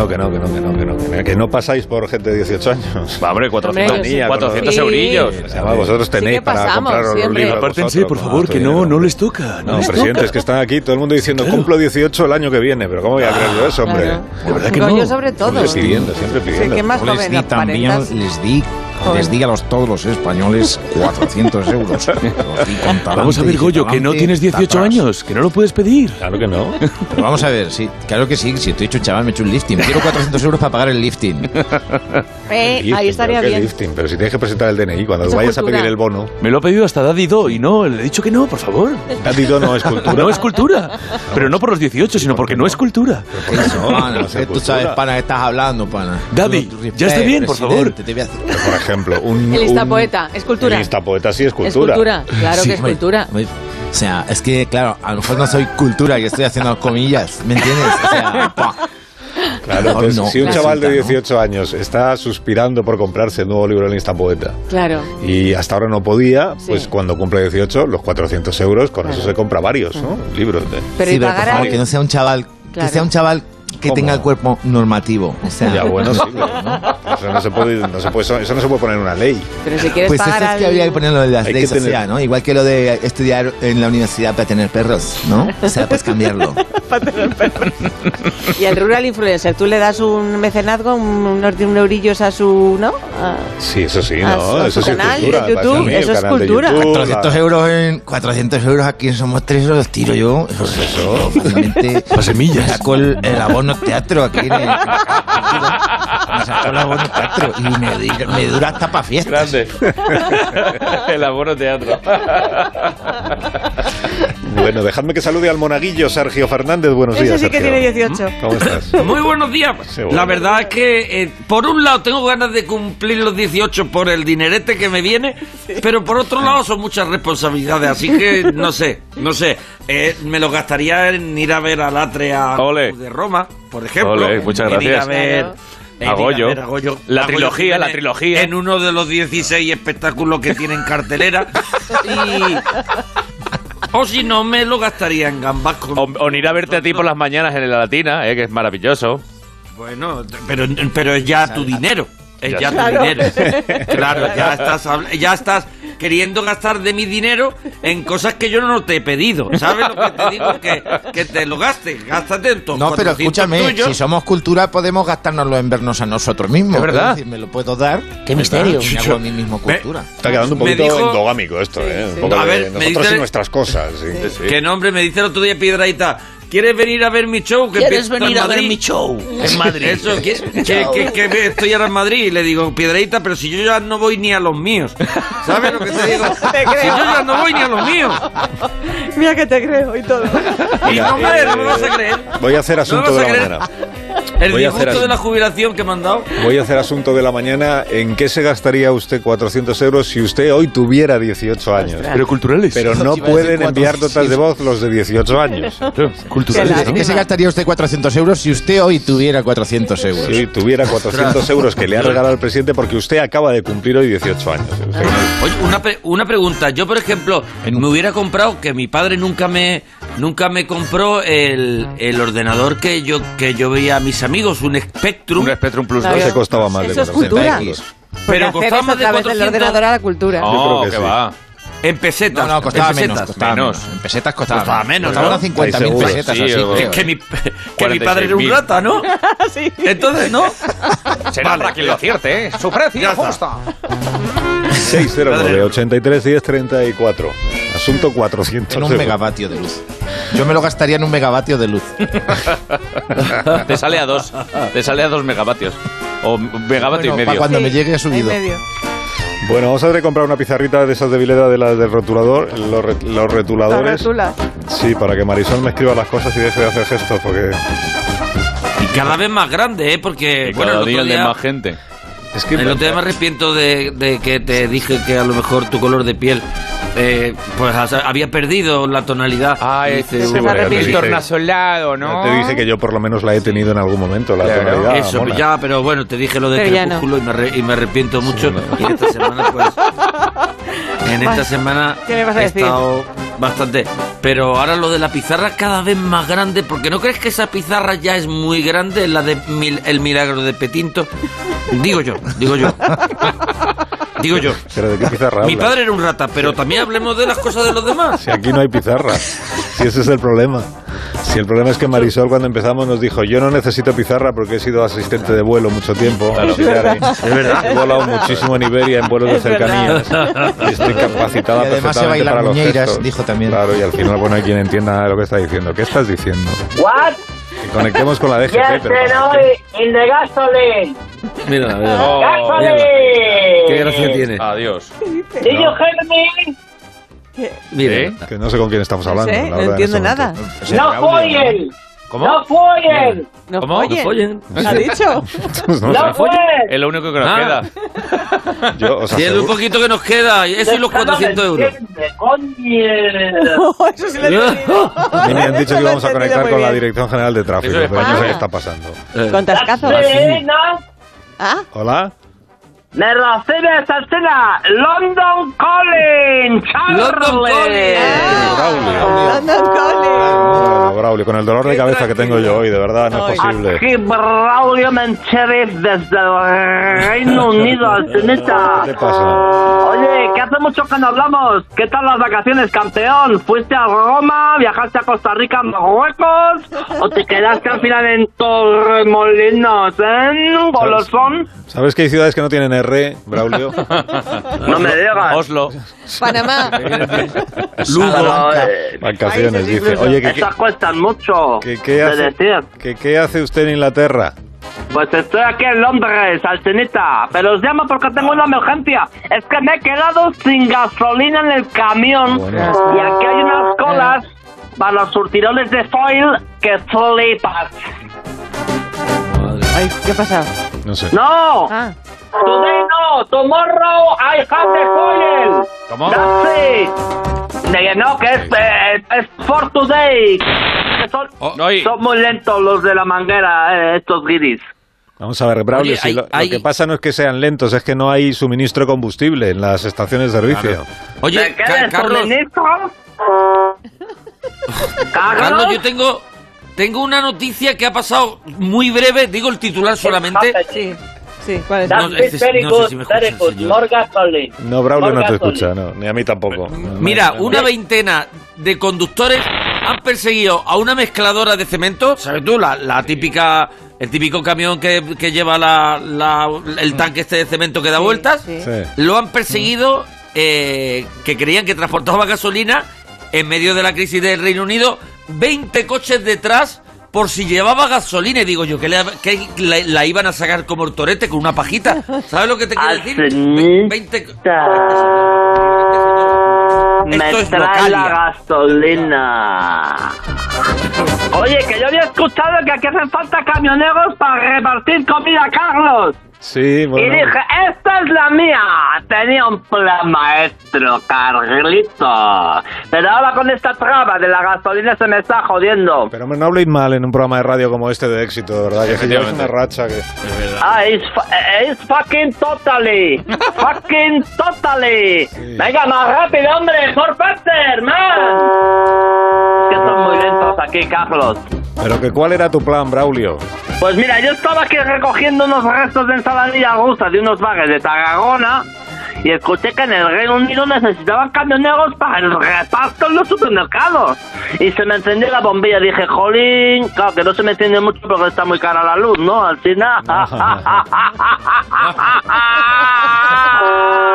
no, que no, que no, que no pasáis por gente de 18 años. Va, hombre, 400, Hombre, yo- 400 Sí. eurillos. O sea, va, vosotros tenéis para comprar los libros. Apártense, por favor, que no, no les toca. No, No, les presidente, toca. es que están aquí todo el mundo diciendo cumplo 18 el año que viene, pero ¿cómo voy a creer yo eso, hombre? Claro. De verdad que Pero no. yo sobre todo. Siempre pidiendo, siempre pidiendo. que más Yo les joven di también, aparentas. les di, Joven. les di a los, todos los españoles 400 euros. Los di con talante, Vamos a ver, dije, Goyo, que no talante, tienes 18 tatas. años, que no lo puedes pedir. Claro que Eh, no. Pero vamos a ver, sí, claro que sí, si estoy hecho un chaval me he hecho un lifting. Quiero 400 euros para pagar el lifting. Eh, Lifting, ahí estaría pero qué bien. lifting, pero si tienes que presentar el DNI, cuando Eso es vayas cultura. a pedir el bono, Me lo ha pedido hasta Daddy Do y no, le he dicho que no, por favor. Datito no es cultura. No es cultura. Pero no por los 18, sino porque no es cultura. ¿Por qué no? pana, No es tú cultura. sabes, pana, que estás hablando, pana. Daddy, Tú, tú, Pues ya está bien, por presidente, favor. te voy a hacer- Por ejemplo, un. El un- Instapoeta, es cultura. El Instapoeta sí es Es cultura. cultura, claro Sí, que es hombre, cultura. hombre, O sea, es que, claro, a lo mejor no soy cultura, que estoy haciendo comillas, ¿me entiendes? O sea, buah. Claro, Mejor entonces, no. si un Resulta, chaval de ¿no? 18 años está suspirando por comprarse el nuevo libro del Instapoeta Claro. y hasta ahora no podía, Sí. pues cuando cumple 18, los 400 euros, con eso Claro. se compra varios ¿no? libros. de- Pero sí, y pero por pagar favor, que al... no sea un chaval, Claro. que sea un chaval que ¿Cómo? tenga el cuerpo normativo. O sea, Ya, bueno, sí, pero no. Eso no se puede, no se puede- eso- eso no se puede poner en una ley. Pero si quieres Pues eso pagar es al... que habría que ponerlo en las Hay que leyes, o tener- sea, ¿no? Igual que lo de estudiar en la universidad para tener perros, ¿no? O sea, pues cambiarlo. Y al rural influencer, tú le das un mecenazgo, un- unos de un eurillos a su, ¿no? Ah. A- Sí, eso sí, A Ah, su- no, a eso su sí es canal de cultura. me parece a YouTube, mí, el eso es canal de cultura. YouTube, 400 la- euros, en, 400 euros aquí en Somos Tres los tiro yo. Pues Eso, fácilmente. Las semillas. Me Saco el, el abono teatro aquí. en el- me saco el abono teatro y me, di- me dura hasta para fiesta. Grande. El abono teatro. Bueno, dejadme que salude al monaguillo Sergio Fernández. Buenos Ese días. sí que Sergio. tiene 18. ¿Cómo estás? Muy buenos días. Sí, bueno. La verdad es que, eh, por un lado, tengo ganas de cumplir los 18 por el dinerete que me viene, pero por otro lado, son muchas responsabilidades. Así que, no sé, no sé. Eh, me lo gastaría en ir a ver al Atre a Ole. de Roma, por ejemplo. Ole, muchas En ir gracias. a ver- Claro. en ir a Goyo. ver a Goyo. La A Goyo trilogía, Jiménez la trilogía. En uno de los 16 espectáculos que tienen cartelera. Y. O si no, me lo gastaría en gambas con O, o ir a verte a ti por las mañanas en la latina, eh, que es maravilloso. Bueno, t- pero, pero es ya tu dinero. Es Ya ya, sí. tu dinero. Claro, ya estás, habl- ya estás queriendo gastar de mi dinero en cosas que yo no te he pedido. ¿Sabes lo que te digo? Que, que te lo gastes. Gástate en tus No, pero 400 escúchame, tuyos. si somos cultura podemos gastárnoslo en vernos a nosotros mismos. Es verdad. decir, me lo puedo dar. Qué misterio. Me hago a mí mismo cultura. Está quedando un Me poquito dijo- endogámico esto, ¿eh? Un poco A de ver, me nosotros dice- y nuestras cosas. sí. Que no, hombre, me dice el otro día Piedraita. ¿Quieres venir a ver mi show? Que ¿Quieres venir a ver mi show? En Madrid. Eso, que, que- que- que estoy ahora en Madrid y le digo, Piedraita, pero si yo ya no voy ni a los míos. ¿Sabes lo que te digo? Te creo. Si yo ya no voy ni a los míos. Mira que te creo y todo. Y Mira, no, hombre, no me eh, vas a creer. Voy a hacer No asunto vas de a la creer. mañana. El Voy a hacer disgusto así. de la jubilación que me han dado. Voy a hacer asunto de la mañana. ¿En qué se gastaría usted 400 euros si usted hoy tuviera 18 años? Ostras. Pero culturales. Pero Yo no te iba a decir pueden enviar 400. notas de voz los de 18 años. Qué culturales, lástima. ¿no? ¿En qué se gastaría usted 400 euros si usted hoy tuviera 400 euros? Si hoy tuviera 400 euros que le ha regalado el presidente porque usted acaba de cumplir hoy 18 años. Usted no- Oye, una, pre- una pregunta. Yo, por ejemplo, me hubiera comprado que mi padre nunca me nunca me compró el, el ordenador que yo que yo veía a mis amigos, un Spectrum. Un Spectrum Plus No Claro. se costaba más de Eso es 400 cultura. euros. Pero Pero hacer costaba eso a más de través del 400. ordenador a la cultura. yo creo No, que que sí. Oh, va. En pesetas. No, no, costaba en pesetas. menos, costaba menos. menos. En pesetas costaba, Costaba menos, Costaba ¿no? unas 50.000 Estáis pesetas, seguros, así, sí, o- creo. Es que mi, que mi padre era un 46.000. rata, ¿no? sí. Entonces, ¿no? Será para quien lo acierte, ¿eh? Su precio Ya está. justo. 609 83 10 34. Asunto 400 En un euros. megavatio de luz. Yo me lo gastaría en un megavatio de luz. Te sale a dos. Te sale a dos megavatios. O megavatio Bueno, y medio. Eh, pa' cuando me llegue he ahí subido. medio. Bueno, vamos a ver comprar una pizarrita de esas de Vileda de las del rotulador, los, re- los La retuladores. rotula. Sí, para que Marisol me escriba las cosas y deje de hacer gestos, porque Y cada vez más grande, ¿eh? Porque, Y bueno, cada el otro día el de día- más gente. es que El otro día me arrepiento de, de que te dije que a lo mejor tu color de piel eh, pues o sea, había perdido la tonalidad. Ah, Y este dices, se "Bueno, va a repetir. el dije- tornasolado, ¿no? ya te dije que yo por lo menos la he tenido en algún momento, la Claro. tonalidad Eso, mona. ya, pero bueno, te dije lo de Pero ya crepúsculo y, me arre- y me arrepiento mucho. Y esta semana, pues. En esta semana ¿Qué me vas a he decir? estado bastante. Pero ahora lo de la pizarra cada vez más grande, porque ¿no crees que esa pizarra ya es muy grande, la de mil- El Milagro de Petinto? Digo yo, digo yo. Digo yo. Pero de qué pizarra Mi hablas? padre era un rata, pero también hablemos de las cosas de los demás. Si aquí no hay pizarra. Si ese es el problema. Si el problema es que Marisol cuando empezamos nos dijo, yo no necesito pizarra porque he sido asistente de vuelo mucho tiempo. auxiliar". Es verdad. He volado muchísimo en Iberia en vuelos de Es verdad. cercanías. Y estoy capacitada Y además sé perfectamente bailar para los muñeiras, gestos. dijo también. Claro, y al final, bueno, hay quien entienda nada de lo que está diciendo. ¿Qué estás diciendo? What? Que conectemos con la DGT, Yes, pero... and ¿para qué? I in the gasoline. Mira, mira. Oh, Gasoline. Qué gracia tiene. adiós. Did you hear me? Mire. ¿Eh? Que no sé con quién estamos No hablando. sé, la no verdad, en entiendo este nada. momento. No follen. ¿Cómo? No follen. No ¿Cómo? follen. No follen. ¿Ha dicho? No sé, No follen. Es lo único que nos Ah. queda. yo os Y es lo aseguro- poquito que nos queda. Eso y los 400 euros. euros. Eso sí lo he entendido. A mí me han dicho Eso que lo he íbamos a entendido conectar muy con la bien. Dirección General de Tráfico, Eso es pero no sé España. qué está pasando. Eh. Con tascazo. La cena, Ah, ¿Hola? la racina asesina, London Calling, London Calling. Charlie. Braulio. London Calling. Bueno, Braulio, con el dolor de cabeza que tengo yo hoy, de verdad, no es Ay. posible. Aquí Braulio Mancheri desde el Reino Unido, Alcinita. ¿Qué te pasa? Oye, que hace mucho que no hablamos. ¿Qué tal las vacaciones, campeón? ¿Fuiste a Roma? ¿Viajaste a Costa Rica, Marruecos? ¿O te quedaste al final en Torremolinos, en Golosón? ¿Sabes que hay ciudades que no tienen R, Braulio? No me digas. Oslo. Panamá. Lugo. Eh, Vacaciones, Países dice. incluso. Oye, ¿qué, Estas cuestan mucho qué- qué de hace, decir. qué- qué hace usted en Inglaterra? Pues estoy aquí en Londres, Alcenita. Pero os llamo porque tengo una emergencia. Es que me he quedado sin gasolina en el camión. Bueno. Y aquí hay unas colas para los surtidores de foil que flipas. Ay, ¿qué ha pasado? No sé. ¡No! Ah, Today no! Tomorrow I have the foil! ¿Cómo? That's it! De que no, que es, eh, es for today. Que son, Oh, no, y- son muy lentos los de la manguera, eh, estos guiris. Vamos a ver, Braulio, Oye, si hay- lo, lo hay- que pasa no es que sean lentos, es que no hay suministro de combustible en las estaciones de servicio. Oye, ¿Me Ca- quedas Carlos, suministro? Carlos, yo Carlos, tengo, tengo una noticia que ha pasado muy breve. Digo el titular solamente. sí, sí, ¿cuál es? No, es- very no sé good, si me escucha very el good. señor. More gasoline. No, Braulio More no te gasoline. escucha, no, ni a mí tampoco. Mira, una veintena de conductores han perseguido a una mezcladora de cemento, ¿sabes tú? La, la típica, el típico camión que, que lleva la, la- el tanque este de cemento que da Sí, vueltas. sí. Sí. Lo han perseguido, eh, que creían que transportaba gasolina en medio de la crisis del Reino Unido, 20 coches detrás por si llevaba gasolina. Y digo yo, que, le- que la, la iban a sacar como el torete con una pajita. ¿Sabes lo que te quiero decir? Ve- 20... Me Esto es trae localia. la gasolina. Oye, que yo había escuchado que aquí hacen falta camioneros para repartir comida, Carlos. Sí, bueno. Y dije, esta es la mía. Tenía un plan maestro, Carlito. Pero ahora con esta traba de la gasolina se me está jodiendo. Pero hombre, no habléis mal en un programa de radio como este de éxito, de verdad, que si llevas una racha que... Ah, es, fu- eh, es fucking totally. fucking totally. Venga, más rápido, hombre. More faster, man. Que son muy lentos aquí, Carlos. Pero que cuál era tu plan, Braulio. Pues mira, yo estaba aquí recogiendo unos restos de ensaladilla rusa de unos bares de Tarragona y escuché que en el Reino Unido necesitaban camioneros para el reparto en los supermercados. Y se me encendió la bombilla. Dije, jolín, claro que no se me enciende mucho porque está muy cara la luz, ¿no? Al final.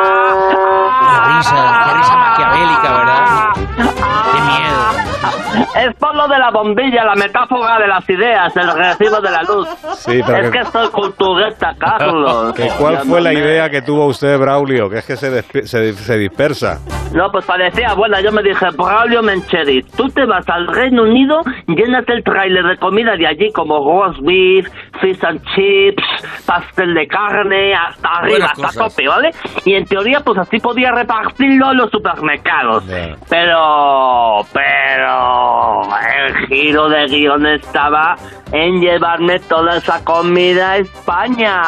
La risa, qué risa maquiavélica, ¿verdad? Qué miedo. Es por lo de la bombilla, la metáfora de las ideas, el recibo de la luz. Sí, pero es que- que soy cultureta, Carlos. Que ¿Cuál fue la idea que tuvo usted, Braulio? Que es que se, despi- se, se dispersa. No, pues parecía buena. Yo me dije, Braulio Mencheri, tú te vas al Reino Unido, llenas el tráiler de comida de allí como roast beef, fish and chips, pastel de carne, hasta arriba, hasta cosas. tope, ¿vale? Y en teoría, pues así podía repartirlo en los supermercados. Ya. Pero, pero, el giro de guión estaba en llevarme toda esa comida a España.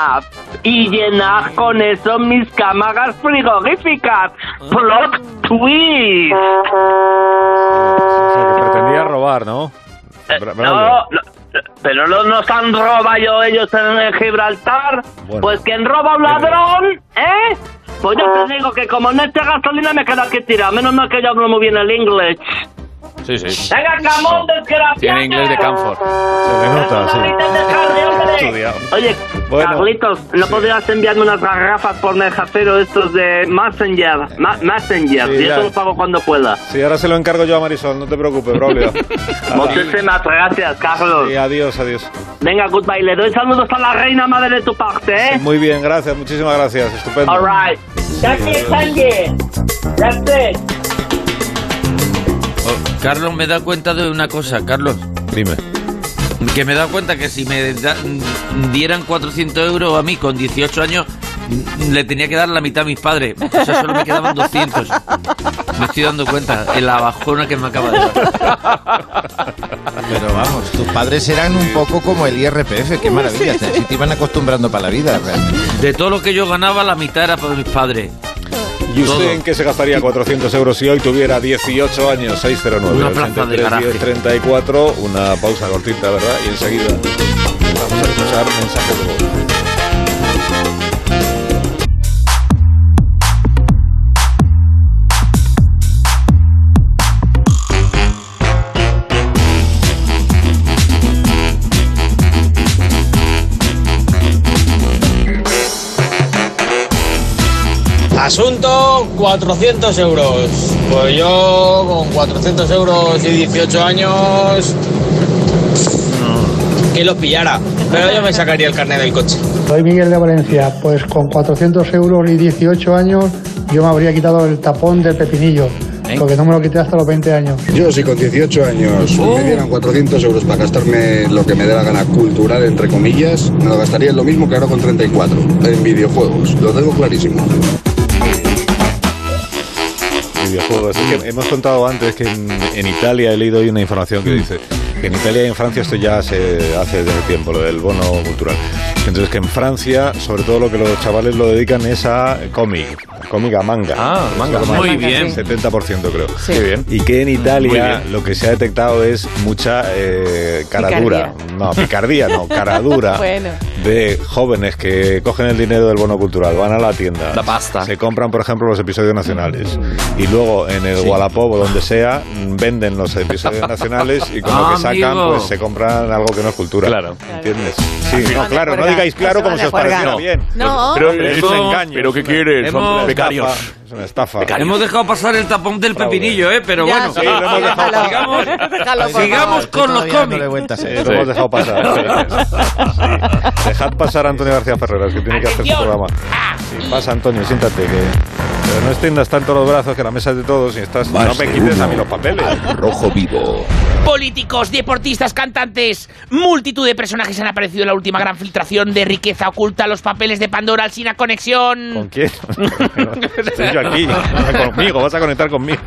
y llenar con eso mis cámaras frigoríficas. Plot twist. Lo que pretendía robar, ¿no? Eh, Bra- no, Braulio. no, pero no nos han robado ellos en el Gibraltar. Bueno. Pues quien roba a un ladrón, ¿eh? Pues yo te Ah. digo que como no esté gasolina me queda que tirar. Menos mal que yo hablo muy bien el inglés. Sí, sí. Venga, Camón, desgraciado. Tiene inglés de Canford. Se le nota, sí. Estudiado. Oye, Bueno. Carlitos, ¿no podrías enviarme unas garrafas por mensajero estos de Messenger? Ma- Messenger, Sí, y ya. eso lo pago cuando pueda. Sí, ahora se lo encargo yo a Marisol, no te preocupes, Braulio. Muchísimas gracias, Carlos. Y adiós, adiós. Venga, goodbye. Le doy saludos a la reina madre de tu parte, ¿eh? Muy bien, gracias, muchísimas gracias, estupendo. All right. That's it, Sanjay. That's it. Oh, Carlos, me da cuenta de una cosa, Carlos. Dime. Que me he dado cuenta que si me da- dieran 400 euros a mí con 18 años, mm, le tenía que dar la mitad a mis padres. O sea, solo me quedaban 200. Me estoy dando cuenta, en la bajona que me acaba de dar. Pero vamos, tus padres eran un poco como el IRPF, qué maravilla. Si te iban acostumbrando para la vida, realmente. De todo lo que yo ganaba, la mitad era para mis padres. ¿Y usted Todo. en qué se gastaría 400 euros si hoy tuviera 18 años? 609 Una plaza de 83, garaje. 10, 34 Una pausa cortita, ¿verdad? Y enseguida vamos a escuchar mensajes de voz. Asunto 400 euros. Pues yo con 400 euros y 18 años... Que los pillara. Pero yo me sacaría el carnet del coche. Soy Miguel de Valencia, pues con 400 euros y 18 años yo me habría quitado el tapón del pepinillo, porque no me lo quité hasta los 20 años. Yo, si con 18 años me dieran 400 euros para gastarme lo que me dé la gana cultural, entre comillas, me lo gastaría en lo mismo que ahora con 34, en videojuegos. Lo tengo clarísimo. videojuegos. Es que hemos contado antes que en, en Italia he leído hoy una información que Mm. dice que en Italia y en Francia esto ya se hace desde tiempo, lo del bono cultural. Entonces que en Francia, sobre todo lo que los chavales lo dedican es a cómic, cómic a manga. Ah, manga. Es lo que Muy más- bien. 70% creo. Sí. Qué bien. Y que en Muy Italia bien. lo que se ha detectado es mucha eh, caradura. Picardía. No, picardía no, caradura Bueno. de jóvenes que cogen el dinero del bono cultural, van a la tienda, La pasta. se compran, por ejemplo, los episodios nacionales y luego en el Wallapop o donde sea mm, venden los episodios nacionales y con lo que Ah, sacan, amigo. pues se compran algo que no es cultura. Claro. ¿Entiendes? Sí, no, van de claro, no juerga. digáis claro No como se si os van de pareciera juerga. bien. No. Pero, Pero es eso- un engaño. ¿pero qué es una- quieres? es una Hemos- estafa, Becarios. Es una estafa. Hemos dejado pasar el tapón del Bravo. pepinillo, ¿eh? Pero Ya, bueno. Sí, lo hemos dejado déjalo. Sigamos. Déjalo, por Sigamos favor. Tú con los todavía cómics. dándole vueltas eh. a Sí, eso. lo hemos dejado pasar. sí. Sí. Dejad pasar a Antonio García Ferreras, que tiene que hacer su programa. Sí, pasa, Antonio, siéntate. Que... Pero no extiendas tanto los brazos, que la mesa es de todos y estás. no me quites a mí los papeles. Rojo vivo. Políticos, deportistas, cantantes, multitud de personajes han aparecido en la última gran filtración de riqueza oculta, los papeles de Pandora, Alsina ¿Con Conexión. quién? Estoy yo aquí. Conmigo, vas a conectar conmigo.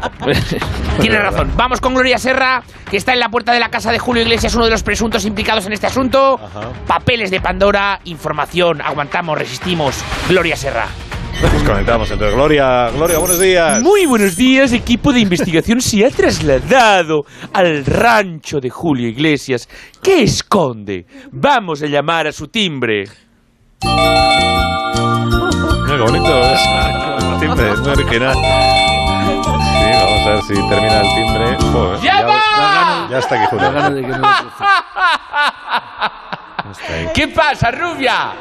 Tienes razón. Vamos con Gloria Serra, que está en la puerta de la casa de Julio Iglesias, uno de los presuntos implicados en este asunto. Ajá. Papeles de Pandora, información, aguantamos, resistimos. Gloria Serra. Nos conectamos entonces. Gloria, Gloria, buenos días. Muy buenos días, equipo de investigación se ha trasladado al rancho de Julio Iglesias. ¿Qué esconde? Vamos a llamar a su timbre. Mira, qué bonito. ¿eh? El timbre es muy original. Sí, vamos a ver si termina el timbre. Joder, ¡Llama! Ya, ya está aquí, Julio. ¿Qué pasa, rubia?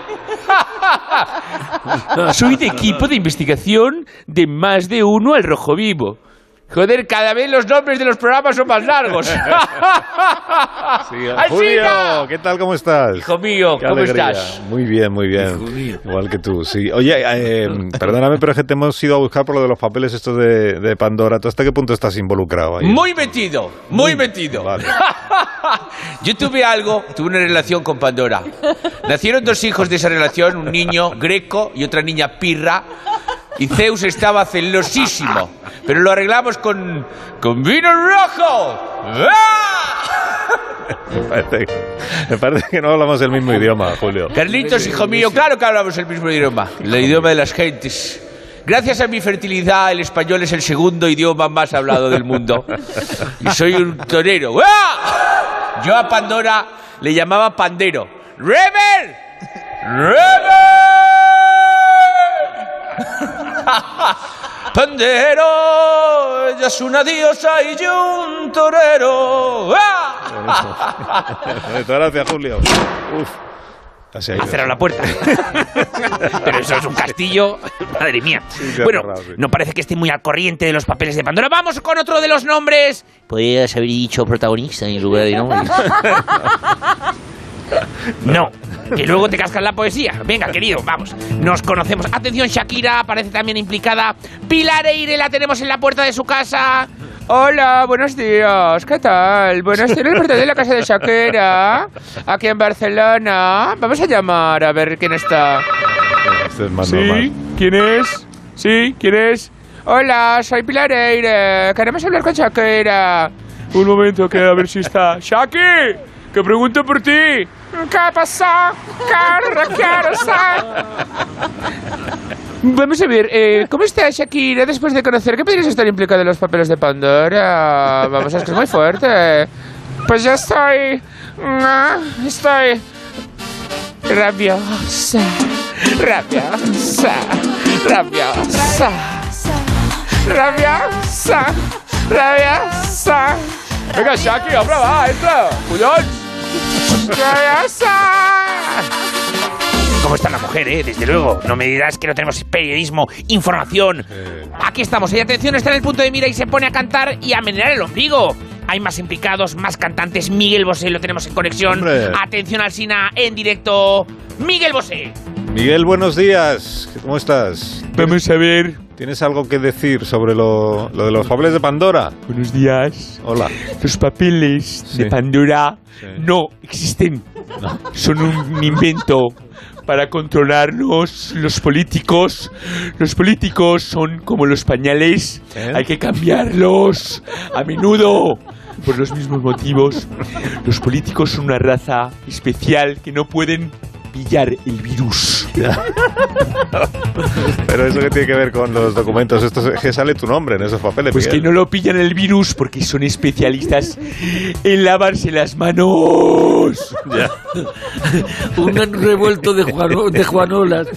Soy de equipo de investigación de más de uno al rojo vivo. Joder, cada vez los nombres de los programas son más largos. Sí, ¡Alsina! Julio, ¿qué tal? ¿Cómo estás? Hijo mío, Qué ¿cómo alegría. estás? Muy bien, muy bien. Igual que tú, sí. Oye, eh, perdóname, pero es que te hemos ido a buscar por lo de los papeles estos de, de Pandora. ¿Tú hasta qué punto estás involucrado ahí? Muy metido, muy metido. Vale. Yo tuve algo, tuve una relación con Pandora. Nacieron dos hijos de esa relación, un niño greco y otra niña pirra. Y Zeus estaba celosísimo, pero lo arreglamos con, con vino rojo. ¡Ah! Me parece, me parece que no hablamos el mismo idioma, Julio. Carlitos, hijo mío, claro que hablamos el mismo idioma, el idioma de las gentes. Gracias a mi fertilidad, el español es el segundo idioma más hablado del mundo. Y soy un torero. ¡Ah! Yo a Pandora le llamaba pandero. ¡Rebel! ¡Rebel! ¡Pandero! Ella es una diosa y yo un torero. ¡Ah! Muchas gracias, Julio. Uf. Casi ahí. Ha cerrado la puerta. Pero eso es un castillo. Madre mía. se ha Bueno, cerrado, sí. no parece que esté muy al corriente de los papeles de Pandora. Vamos con otro de los nombres. Podrías haber dicho protagonista en lugar de nombre. No, que luego te cascas la poesía. Venga, querido, vamos. Nos conocemos. Atención, Shakira aparece también implicada. Pilar Eire la tenemos en la puerta de su casa. Hola, buenos días. ¿Qué tal? Buenos días. Nos de la casa de Shakira. Aquí en Barcelona. Vamos a llamar a ver quién está. Esto es más Sí, normal. ¿quién es? Sí, ¿quién es? Hola, soy Pilar Eire. Queremos hablar con Shakira. Un momento, que a ver si está. ¡Shaki! ¡Que pregunto por ti! ¿Qué pasa? Carla, claro, Vamos a ver, eh, ¿cómo está Shakira después de conocer que podrías estar implicado en los papeles de Pandora? Vamos, es que es muy fuerte. Pues ya estoy. ah, Estoy. Rabiosa. Rabiosa. Rabiosa. Rabiosa. Rabiosa. Venga, Shaki, habla, va, entra. Cuidado. Rabiosa. ¿Cómo está la mujer, eh? Desde luego. No me dirás que no tenemos periodismo, información. Aquí estamos. Y atención, está en el punto de mira y se pone a cantar y a menear el ombligo. Hay más implicados, más cantantes. Miguel Bosé lo tenemos en conexión. Hombre. Atención al Sina en directo. Miguel Bosé. Miguel, buenos días. ¿Cómo estás? Vamos a ver. ¿Tienes algo que decir sobre lo, lo de los papeles de Pandora? Buenos días. Hola. Los papeles Sí. de Pandora Sí. no existen. Son un invento para controlarnos los políticos. Los políticos son como los pañales. ¿Eh? Hay que cambiarlos a menudo por los mismos motivos. Los políticos son una raza especial que no pueden pillar el virus. Pero eso que tiene que ver con los documentos, esto es que sale tu nombre en esos papeles. Pues que Miguel. no lo pillan el virus porque son especialistas en lavarse las manos. Ya. Un revuelto de, Juano- de Juanolas.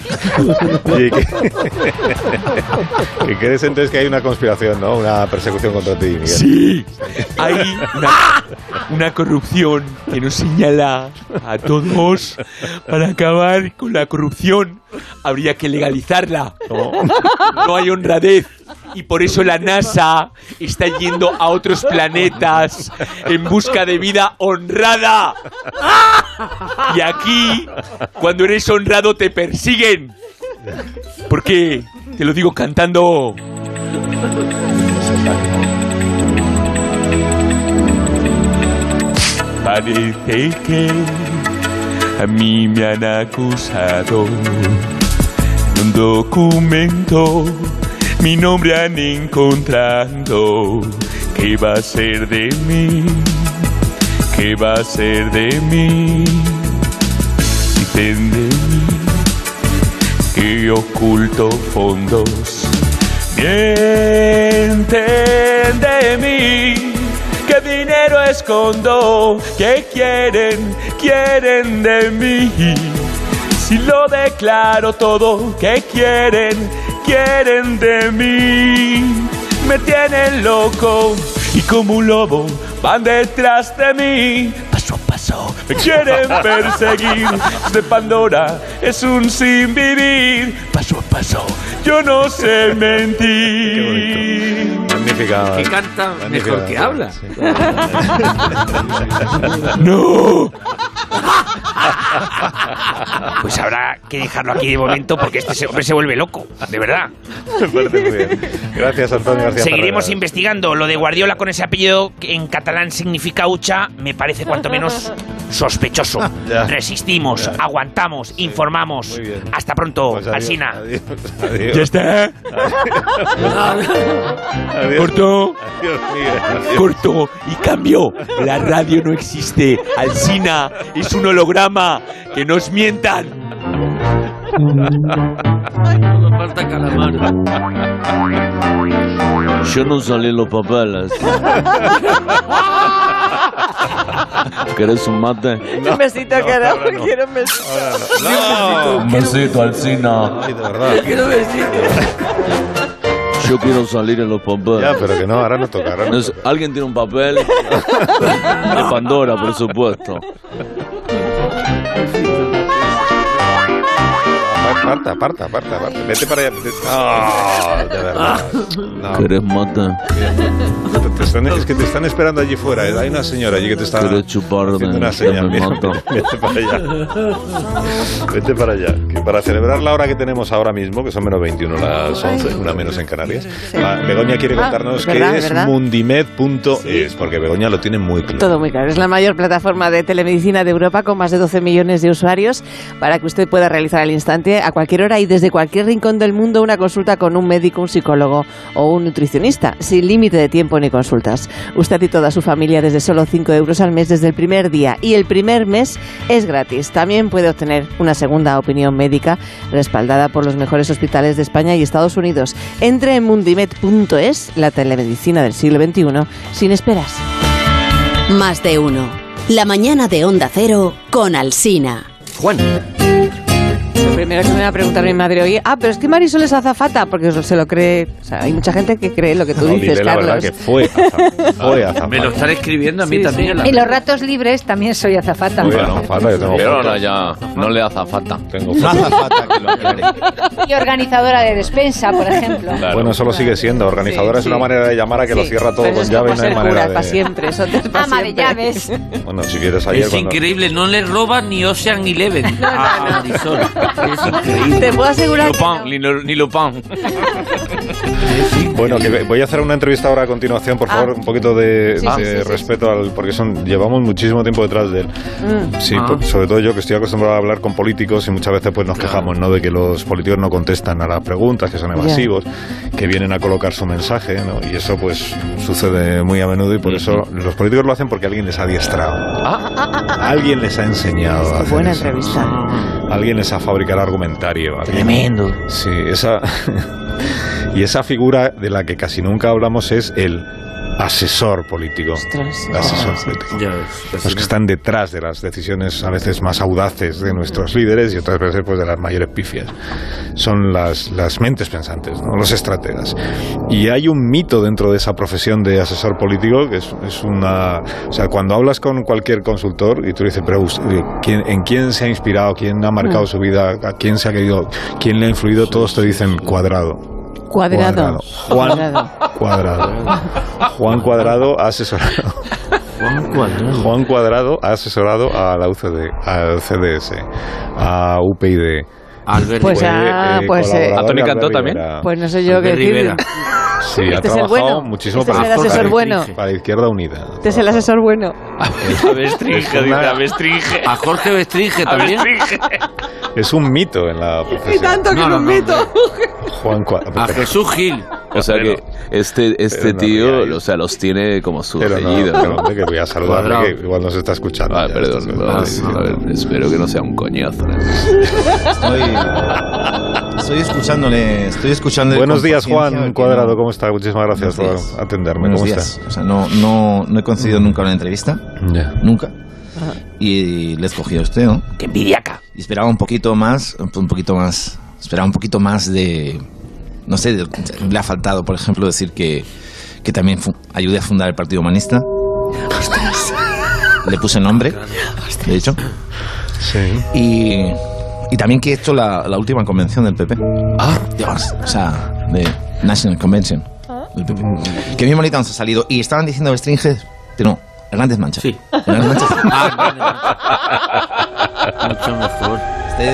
Y que, y crees entonces que hay una conspiración, ¿no? Una persecución contra ti, Miguel. Sí, hay una, una corrupción que nos señala a todos. Para acabar con la corrupción habría que legalizarla. ¿Cómo? No hay honradez. Y por eso la NASA está yendo a otros planetas en busca de vida honrada. Y aquí, cuando eres honrado, te persiguen. Porque, te lo digo cantando... Parece que a mí me han acusado en un documento. Mi nombre han encontrado. ¿Qué va a ser de mí? ¿Qué va a ser de mí? Dicen de mí que oculto fondos. Mienten de mí, que dinero escondo, que quieren, quieren de mí. Si lo declaro todo, que quieren, quieren de mí. Me tienen loco y como un lobo van detrás de mí. Paso a paso, me quieren perseguir. De Pandora es un sin vivir. Paso a paso, yo no sé mentir. Magnífica. Que canta magnífica- mejor que habla. sí. ¡No! Pues habrá que dejarlo aquí de momento porque este se- hombre se vuelve loco, de verdad. Me parece muy bien. Gracias, Antonio García. Seguiremos Ferreras. investigando. Lo de Guardiola con ese apellido que en catalán significa hucha, me parece cuanto menos sospechoso. Ya. Resistimos, Ya. aguantamos, informamos. Hasta pronto, Pues adiós, Alsina. adiós, adiós. Ya está. Adiós. Corto. Adiós, Miguel, adiós. Corto y cambio. La radio no existe. Alcina es un holograma. Que nos mientan. Falta calamar. Yo no salí los papeles. ¿Querés un mate? Un besito, cara. Quiero un besito. Un besito, Alcina. Quiero un besito. Yo quiero salir en los papeles. Ya, pero que no, ahora no toca. ahora no Es- Alguien tiene un papel de Pandora, por supuesto. toca. Aparta, aparta, aparta, aparta. Vete para allá. vete. Ah, de verdad. No. ¿Querés mate? Te- te están- es que te están esperando allí fuera. ¿eh? Hay una señora allí que te está ¿Querés chuparme? haciendo una Que señal. me Mira, mato. vete para allá. Vete para allá. Que para celebrar la hora que tenemos ahora mismo, que son menos 21, las 11, una menos en Canarias, ah, Begoña quiere Ah, contarnos qué ¿verdad, es verdad? mundimed.es, porque Begoña lo tiene muy claro. Todo muy claro. Es la mayor plataforma de telemedicina de Europa con más de 12 millones de usuarios para que usted pueda realizar al instante, a cualquier hora y desde cualquier rincón del mundo, una consulta con un médico, un psicólogo o un nutricionista, sin límite de tiempo ni consultas. Usted y toda su familia desde solo 5 euros al mes desde el primer día y el primer mes es gratis. También puede obtener una segunda opinión médica respaldada por los mejores hospitales de España y Estados Unidos. Entre en mundimed.es, la telemedicina del siglo XXI, sin esperas. Más de uno. La mañana de Onda Cero con Alsina. Juan. Lo primero que me va a preguntar mi madre hoy, ah, pero es que Marisol es azafata, porque se lo cree. O sea, hay mucha gente que cree lo que tú No, dices, dile la Carlos. verdad que fue azafata. Fue azafata. Me lo están escribiendo a mí Sí, también. En los ratos libres también soy azafata. Fue azafata, yo tengo Pero fotos. ahora ya no le hace falta. Tengo fotos. Y organizadora de despensa, por ejemplo. Bueno, eso lo sigue siendo. Organizadora es una manera de llamar a que lo Sí, cierra todo pero con es llave. como No hay ser manera cura, de... pa' siempre, eso te- pa' Ama de siempre. llaves. Bueno, si quieres ayer Es cuando- increíble, no le roban ni Ocean Eleven Ah. a Marisol. Es increíble. Te puedo asegurar que Lupin, ni, lo- ni Lupin. Bueno, que voy a hacer una entrevista ahora a continuación, por favor, Ah. un poquito de, Sí, de sí, sí, sí, respeto al porque son llevamos muchísimo tiempo detrás de él. Sí, Ah. por- sobre todo yo que estoy acostumbrado a hablar con políticos y muchas veces pues nos quejamos, ¿no? De que los políticos no contestan a las preguntas, que son Ya. evasivos, que vienen a colocar su mensaje, ¿no? Y eso pues sucede muy a menudo y por eso los políticos lo hacen porque alguien les ha adiestrado. Alguien les ha enseñado. a hacer Buena eso. entrevista. Alguien les ha fabricado argumentario. alguien- Tremendo. Sí, esa. y esa figura de la que casi nunca hablamos es el asesor político. Asesor político. Los que están detrás de las decisiones a veces más audaces de nuestros líderes y otras veces pues de las mayores pifias. Son las, las mentes pensantes, ¿no? los estrategas. Y hay un mito dentro de esa profesión de asesor político que es, es una... O sea, cuando hablas con cualquier consultor y tú le dices, pero usted, ¿quién- ¿en quién se ha inspirado? ¿Quién ha marcado Mm. su vida? ¿A quién se ha querido? ¿Quién le ha influido? Todos te dicen cuadrado. Cuadrado. Juan Cuadrado. Cuadrado. Juan Cuadrado ha asesorado. Juan Cuadrado. ha asesorado a la UCD, al CDS, a UPyD. Albert Pues ah, pues, eh, colaborador ¿A Tony de Cantó Albert también? Rivera. Pues no sé yo qué Albert decir. Rivera. Sí, ha Este es el trabajado bueno. muchísimo Este es para, el asesor para- bueno. para Izquierda Unida. Este es el asesor bueno. A Bestringe, dice, a Bestringe. A Jorge Bestringe A también. Es un mito en la profesión. Y tanto que No, lo no, no, invito. Juan Cuadrado. Jesús Gil. O sea que este, este tío, o sea, los tiene como su Pero no, apellido. pero hombre, que voy a saludarle, que igual nos está escuchando. Ah, perdón, perdón. A ver, espero que Ah, no sea un coñazo. Estoy, estoy escuchándole, estoy escuchando. Buenos días, Juan Cuadrado. ¿Cómo está? Muchísimas gracias por atenderme. Buenos ¿Cómo días. está? O sea, no, no, no he concedido nunca una entrevista. Nunca. Y le escogí a usted, ¿no? ¡Qué envidiaca! Y esperaba un poquito más, un poquito más, esperaba un poquito más de, no sé, de- le ha faltado, por ejemplo, decir que, que también fu- ayudé a fundar el Partido Humanista. Le puse nombre, de hecho. Y, y también que he hecho la, la última convención del PP. Ah, Dios. O sea, de National Convention del PP. Que bien bonita nos ha salido. Y estaban diciendo Bestringe, pero no, Hernández Mancha. Sí. Hernández Mancha. Ah, Mucho mejor.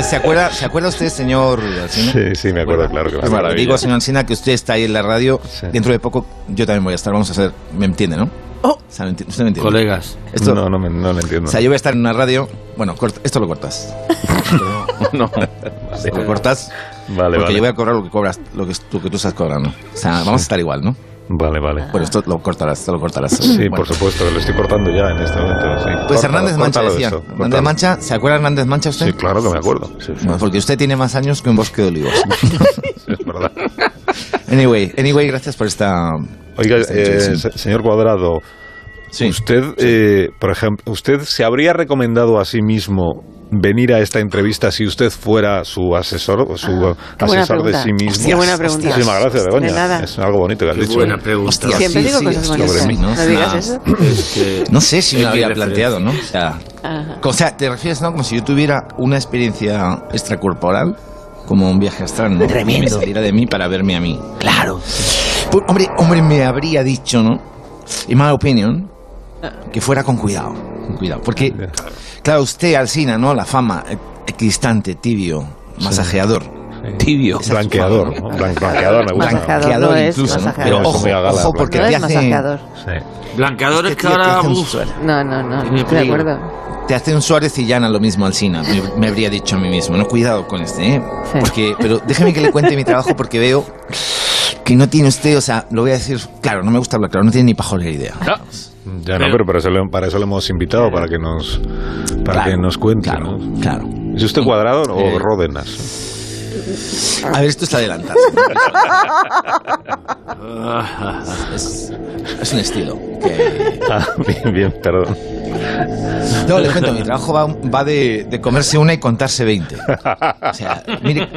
¿Se acuerda, ¿Se acuerda usted, señor Alsina? Sí, sí, me acuerdo, claro que me Pues acuerdo. Le digo, señor Alsina, que usted está ahí en la radio. Dentro de poco yo también voy a estar. Vamos a hacer, me entiende, ¿no? O sea, no enti- usted no entiende. Colegas. Esto, no, no, no lo entiendo. O sea, yo voy a estar en una radio. Bueno, corta, esto lo cortas. no. Lo cortas. Vale, porque vale. yo voy a cobrar lo que cobras, lo que tú, que tú estás cobrando. O sea, vamos a estar igual, ¿no? Vale, vale. Bueno, esto lo cortarás, esto lo cortarás. Sí, por supuesto, lo estoy cortando ya en este momento. sí. Pues Córtalo, Hernández Mancha córtalo decía. eso, Hernández córtalo. Mancha, ¿se acuerda de Hernández Mancha usted? Sí, claro que me acuerdo. ¿Eh? Sí, sí. Bueno, porque usted tiene más años que un bosque de olivos. es verdad. Anyway, anyway, gracias por esta. Oiga, esta eh, introducción. se- señor Cuadrado, usted, eh, por ejemplo, ¿usted se habría recomendado a sí mismo venir a esta entrevista si usted fuera su asesor o su Ah, qué buena asesor de pregunta. sí mismo? Qué buena pregunta. Muchísimas gracias, De Begoña. nada. Es algo bonito que has Qué dicho. buena pregunta. Hostia, Siempre digo cosas bonitas. sobre mí, No digas eso. No sé si me Es mi lo había referencia. planteado, ¿no? O sea, Ajá. o sea, te refieres, ¿no? Como si yo tuviera una experiencia extracorporal, como un viaje astral, ¿no? Tremendo. Que me saliera de mí para verme a mí. Claro. Pues, hombre, hombre, me habría dicho, ¿no? En my opinion, que fuera con cuidado. Con cuidado. Porque, ¿eh? claro, usted, Alsina, ¿no? La fama, eh, equistante, tibio, masajeador. Tibio. Blanqueador, ¿no? Blan- blanqueador me gusta. Blanqueador Masajeador no es, incluso, ¿no? masajeador. Pero Eso ojo, muy agala, ojo, porque No te es hace... masajeador. Blanqueador es que ahora. uf, No, no, no, no estoy Me de peligro. acuerdo. Te hace un Suárez y Llana lo mismo Alsina, me, me habría dicho a mí mismo. No, cuidado con este, ¿eh? Porque, pero déjeme que le cuente mi trabajo porque veo que no tiene usted, o sea, lo voy a decir, claro, no me gusta hablar claro, no tiene ni pajolera idea. Ya no, pero para eso, le, para eso le hemos invitado, para que nos, para que nos cuente. Claro, claro. ¿Es usted cuadrado o Eh. Ródenas? A ver, esto es adelantarse. es, es un estilo. que- Ah, bien, bien, perdón. No, le cuento, mi trabajo va, va de, de comerse una y contarse 20. O sea, mire,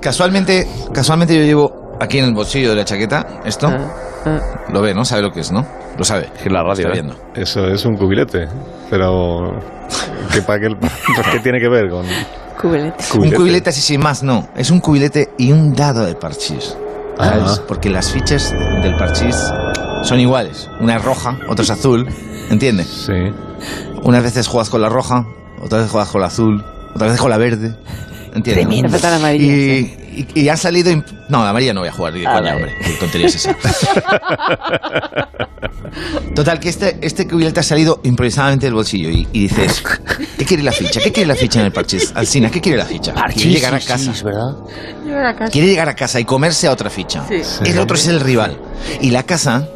casualmente, casualmente yo llevo aquí en el bolsillo de la chaqueta esto. Lo ve, ¿no? Sabe lo que es, ¿no? Lo sabe. La radio, Está ¿eh? viendo. Eso es un cubilete, pero ¿qué, pa- qué- qué tiene que ver con...? Cubilete. Cubilete. Un cubilete así sin más, no. Es un cubilete y un dado de parchís. Ah. ¿sabes? Porque las fichas del parchís son iguales. Una es roja, otra es azul. ¿Entiendes? Sí. Unas veces juegas con la roja, otras veces juegas con la azul, otras veces con la verde. ¿Entiendes? no? Tremendo. Me falta la amarilla, Y, y, y han salido. imp- No, la amarilla no voy a jugar. ni de Ah, coña, vale. hombre. Qué tontería es esa. Total, que este, este cubilete ha salido improvisadamente del bolsillo y, y dices, ¿qué quiere la ficha? ¿Qué quiere la ficha en el parchís? Alcina, ¿qué quiere la ficha? Parchís, quiere llegar a sí, casa. sí, es verdad. Quiere llegar a casa y comerse a otra ficha. Sí. El otro es el rival. Y la casa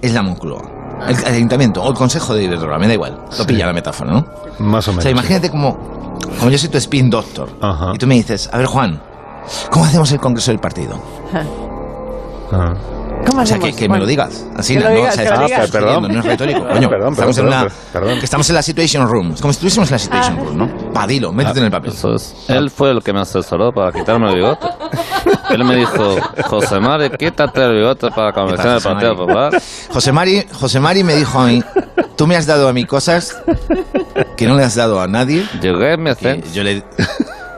es la Moncloa. El, el ayuntamiento o el consejo de Iberdrola, me da igual. Lo pilla la metáfora, ¿no? Más o menos. O sea, imagínate como, como yo soy tu spin doctor. Y tú me dices, a ver, Juan, ¿cómo hacemos el congreso del partido? Ah. ¿Cómo O sea, que, hacemos? que me lo Bueno. digas. Así, Que lo ¿no? digas, O sea, que lo estás digas. sugiriendo, Perdón. no es retórico, Perdón, coño. perdón, estamos perdón, en una, per- perdón. Que estamos en la Situation Room. Es como si estuviésemos en la Ah. Situation Room, ¿no? Va, dilo, métete en el papel. Él fue el que me asesoró para quitarme el bigote. Él me dijo, José Mari, quítate el bigote para comenzar el José Mari? partido popular. José Mari, José Mari me dijo a mí, tú me has dado a mí cosas que no le has dado a nadie. Llegué, me Yo le,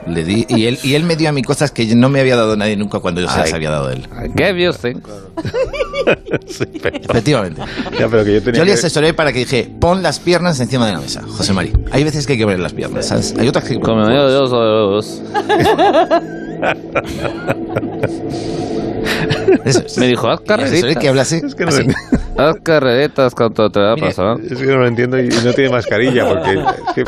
le di, y él, y él me dio a mí cosas que no me había dado nadie nunca cuando yo se las Ay. había dado a él. ¿Qué vio usted? Efectivamente. Ya, pero que yo tenía Yo le que- asesoré para que dije, pon las piernas encima de la mesa, José Mari. Hay veces que hay que poner las piernas, ¿sabes? Hay otras que... Como yo, yo soy Dios. Me dijo, haz carreritas. que habla así. no así. entiendo. Haz carreritas con tu otra persona. Es que no lo entiendo y y no tiene mascarilla porque es que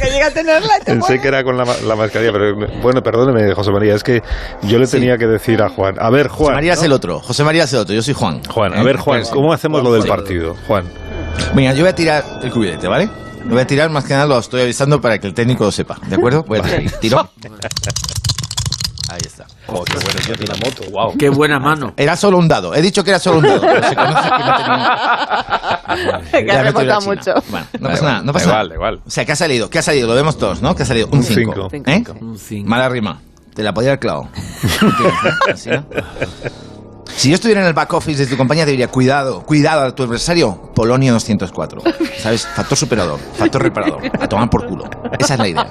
Que llega a tenerla y te pensé que era con la, ma- la mascarilla, pero me- bueno, perdóneme, José María, es que yo le tenía que decir a Juan, a ver, Juan. José María es el otro, José María es el otro, yo soy Juan. Juan, a ver, Juan, ¿cómo hacemos lo del partido? Juan. Mira, yo voy a tirar el cubilete, ¿vale? Lo voy a tirar, más que nada lo estoy avisando para que el técnico lo sepa, ¿de acuerdo? Voy a tirar. Tiro. Ahí está. qué buena moto, wow. Qué buena mano. Era solo un dado, he dicho que era solo un dado. pero se conoce que no tenía- que Ya has me remontado estoy la mucho. Bueno, no pasa nada, no pasa igual, nada. O sea, ¿qué ha salido? ¿Qué ha salido? Lo vemos todos, ¿no? ¿Qué ha salido? Un Un 5. cinco. ¿Eh? Mala rima. Te la podía haber clavado. Así, ¿no? Si yo estuviera en el back office de tu compañía, te diría, cuidado, cuidado a tu adversario, Polonio 204. ¿Sabes? Factor superador, factor reparador. A tomar por culo. Esa es la idea.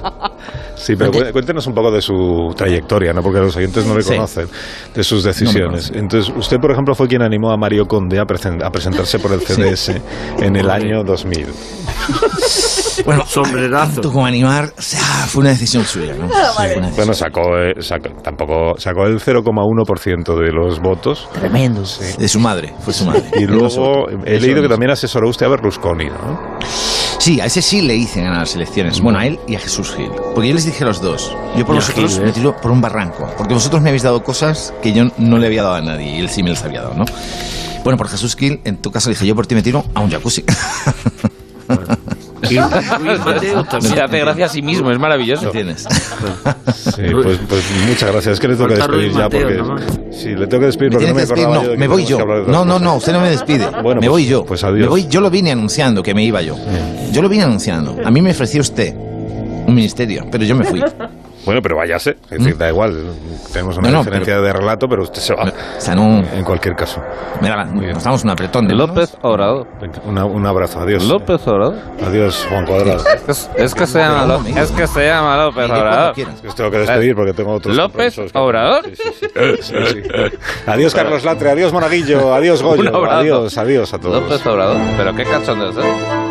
Sí, pero cué- cuéntenos un poco de su trayectoria, ¿no? Porque los oyentes no le Sí. conocen, de sus decisiones. Entonces, usted, por ejemplo, fue quien animó a Mario Conde a, presen- a presentarse por el CDS en el año 2000. Bueno, sombrerazo. Tanto como animar, o sea, fue una decisión suya, ¿no? Sí, una- Bueno, sacó, eh, sacó- tampoco, sacó el 0,1% de los votos. Tremendo. De su madre, fue su madre. Y luego Eso, he leído eso. que también asesoró usted a Berlusconi, ¿no? Sí, a ese sí le hice ganar las elecciones. Bueno, a él y a Jesús Gil. Porque yo les dije a los dos. Yo por Ya, vosotros Gil, ¿eh? me tiro por un barranco. Porque vosotros me habéis dado cosas que yo no le había dado a nadie. Y él sí me las había dado, ¿no? Bueno, por Jesús Gil, en tu caso le dije, yo por ti me tiro a un jacuzzi. Se hace gracia a sí mismo, es maravilloso. ¿Entiendes? Sí, pues, pues muchas gracias. Es que le tengo que Falta Ruiz despedir ya Mateo, porque. Sí, le tengo que despedir Me porque tiene no me que despedir, acordaba no, yo de que me voy teníamos yo. que hablar de No, otras no, cosas. no, usted no me despide. Bueno, me pues- voy yo. pues adiós. Me voy, yo lo vine anunciando que me iba yo. Yo lo vine anunciando. A mí me ofreció usted un ministerio, pero yo me fui. Bueno, pero váyase. Es decir, da igual. Tenemos una No, no, diferencia de relato, pero usted se va. En cualquier caso. nos damos un apretón. De López Obrador. un abrazo. Adiós. López Obrador. Adiós, Juan Cuadrado. Es que se llama López. Es que se llama López Obrador. Os tengo que despedir porque tengo otros López compromisos que- Obrador. Sí, sí. Adiós, Carlos Latre. Adiós, Monaguillo. Adiós, Un Goyo. abrazo. Adiós, adiós a todos. López Obrador. Pero qué cachondeo es, ¿eh?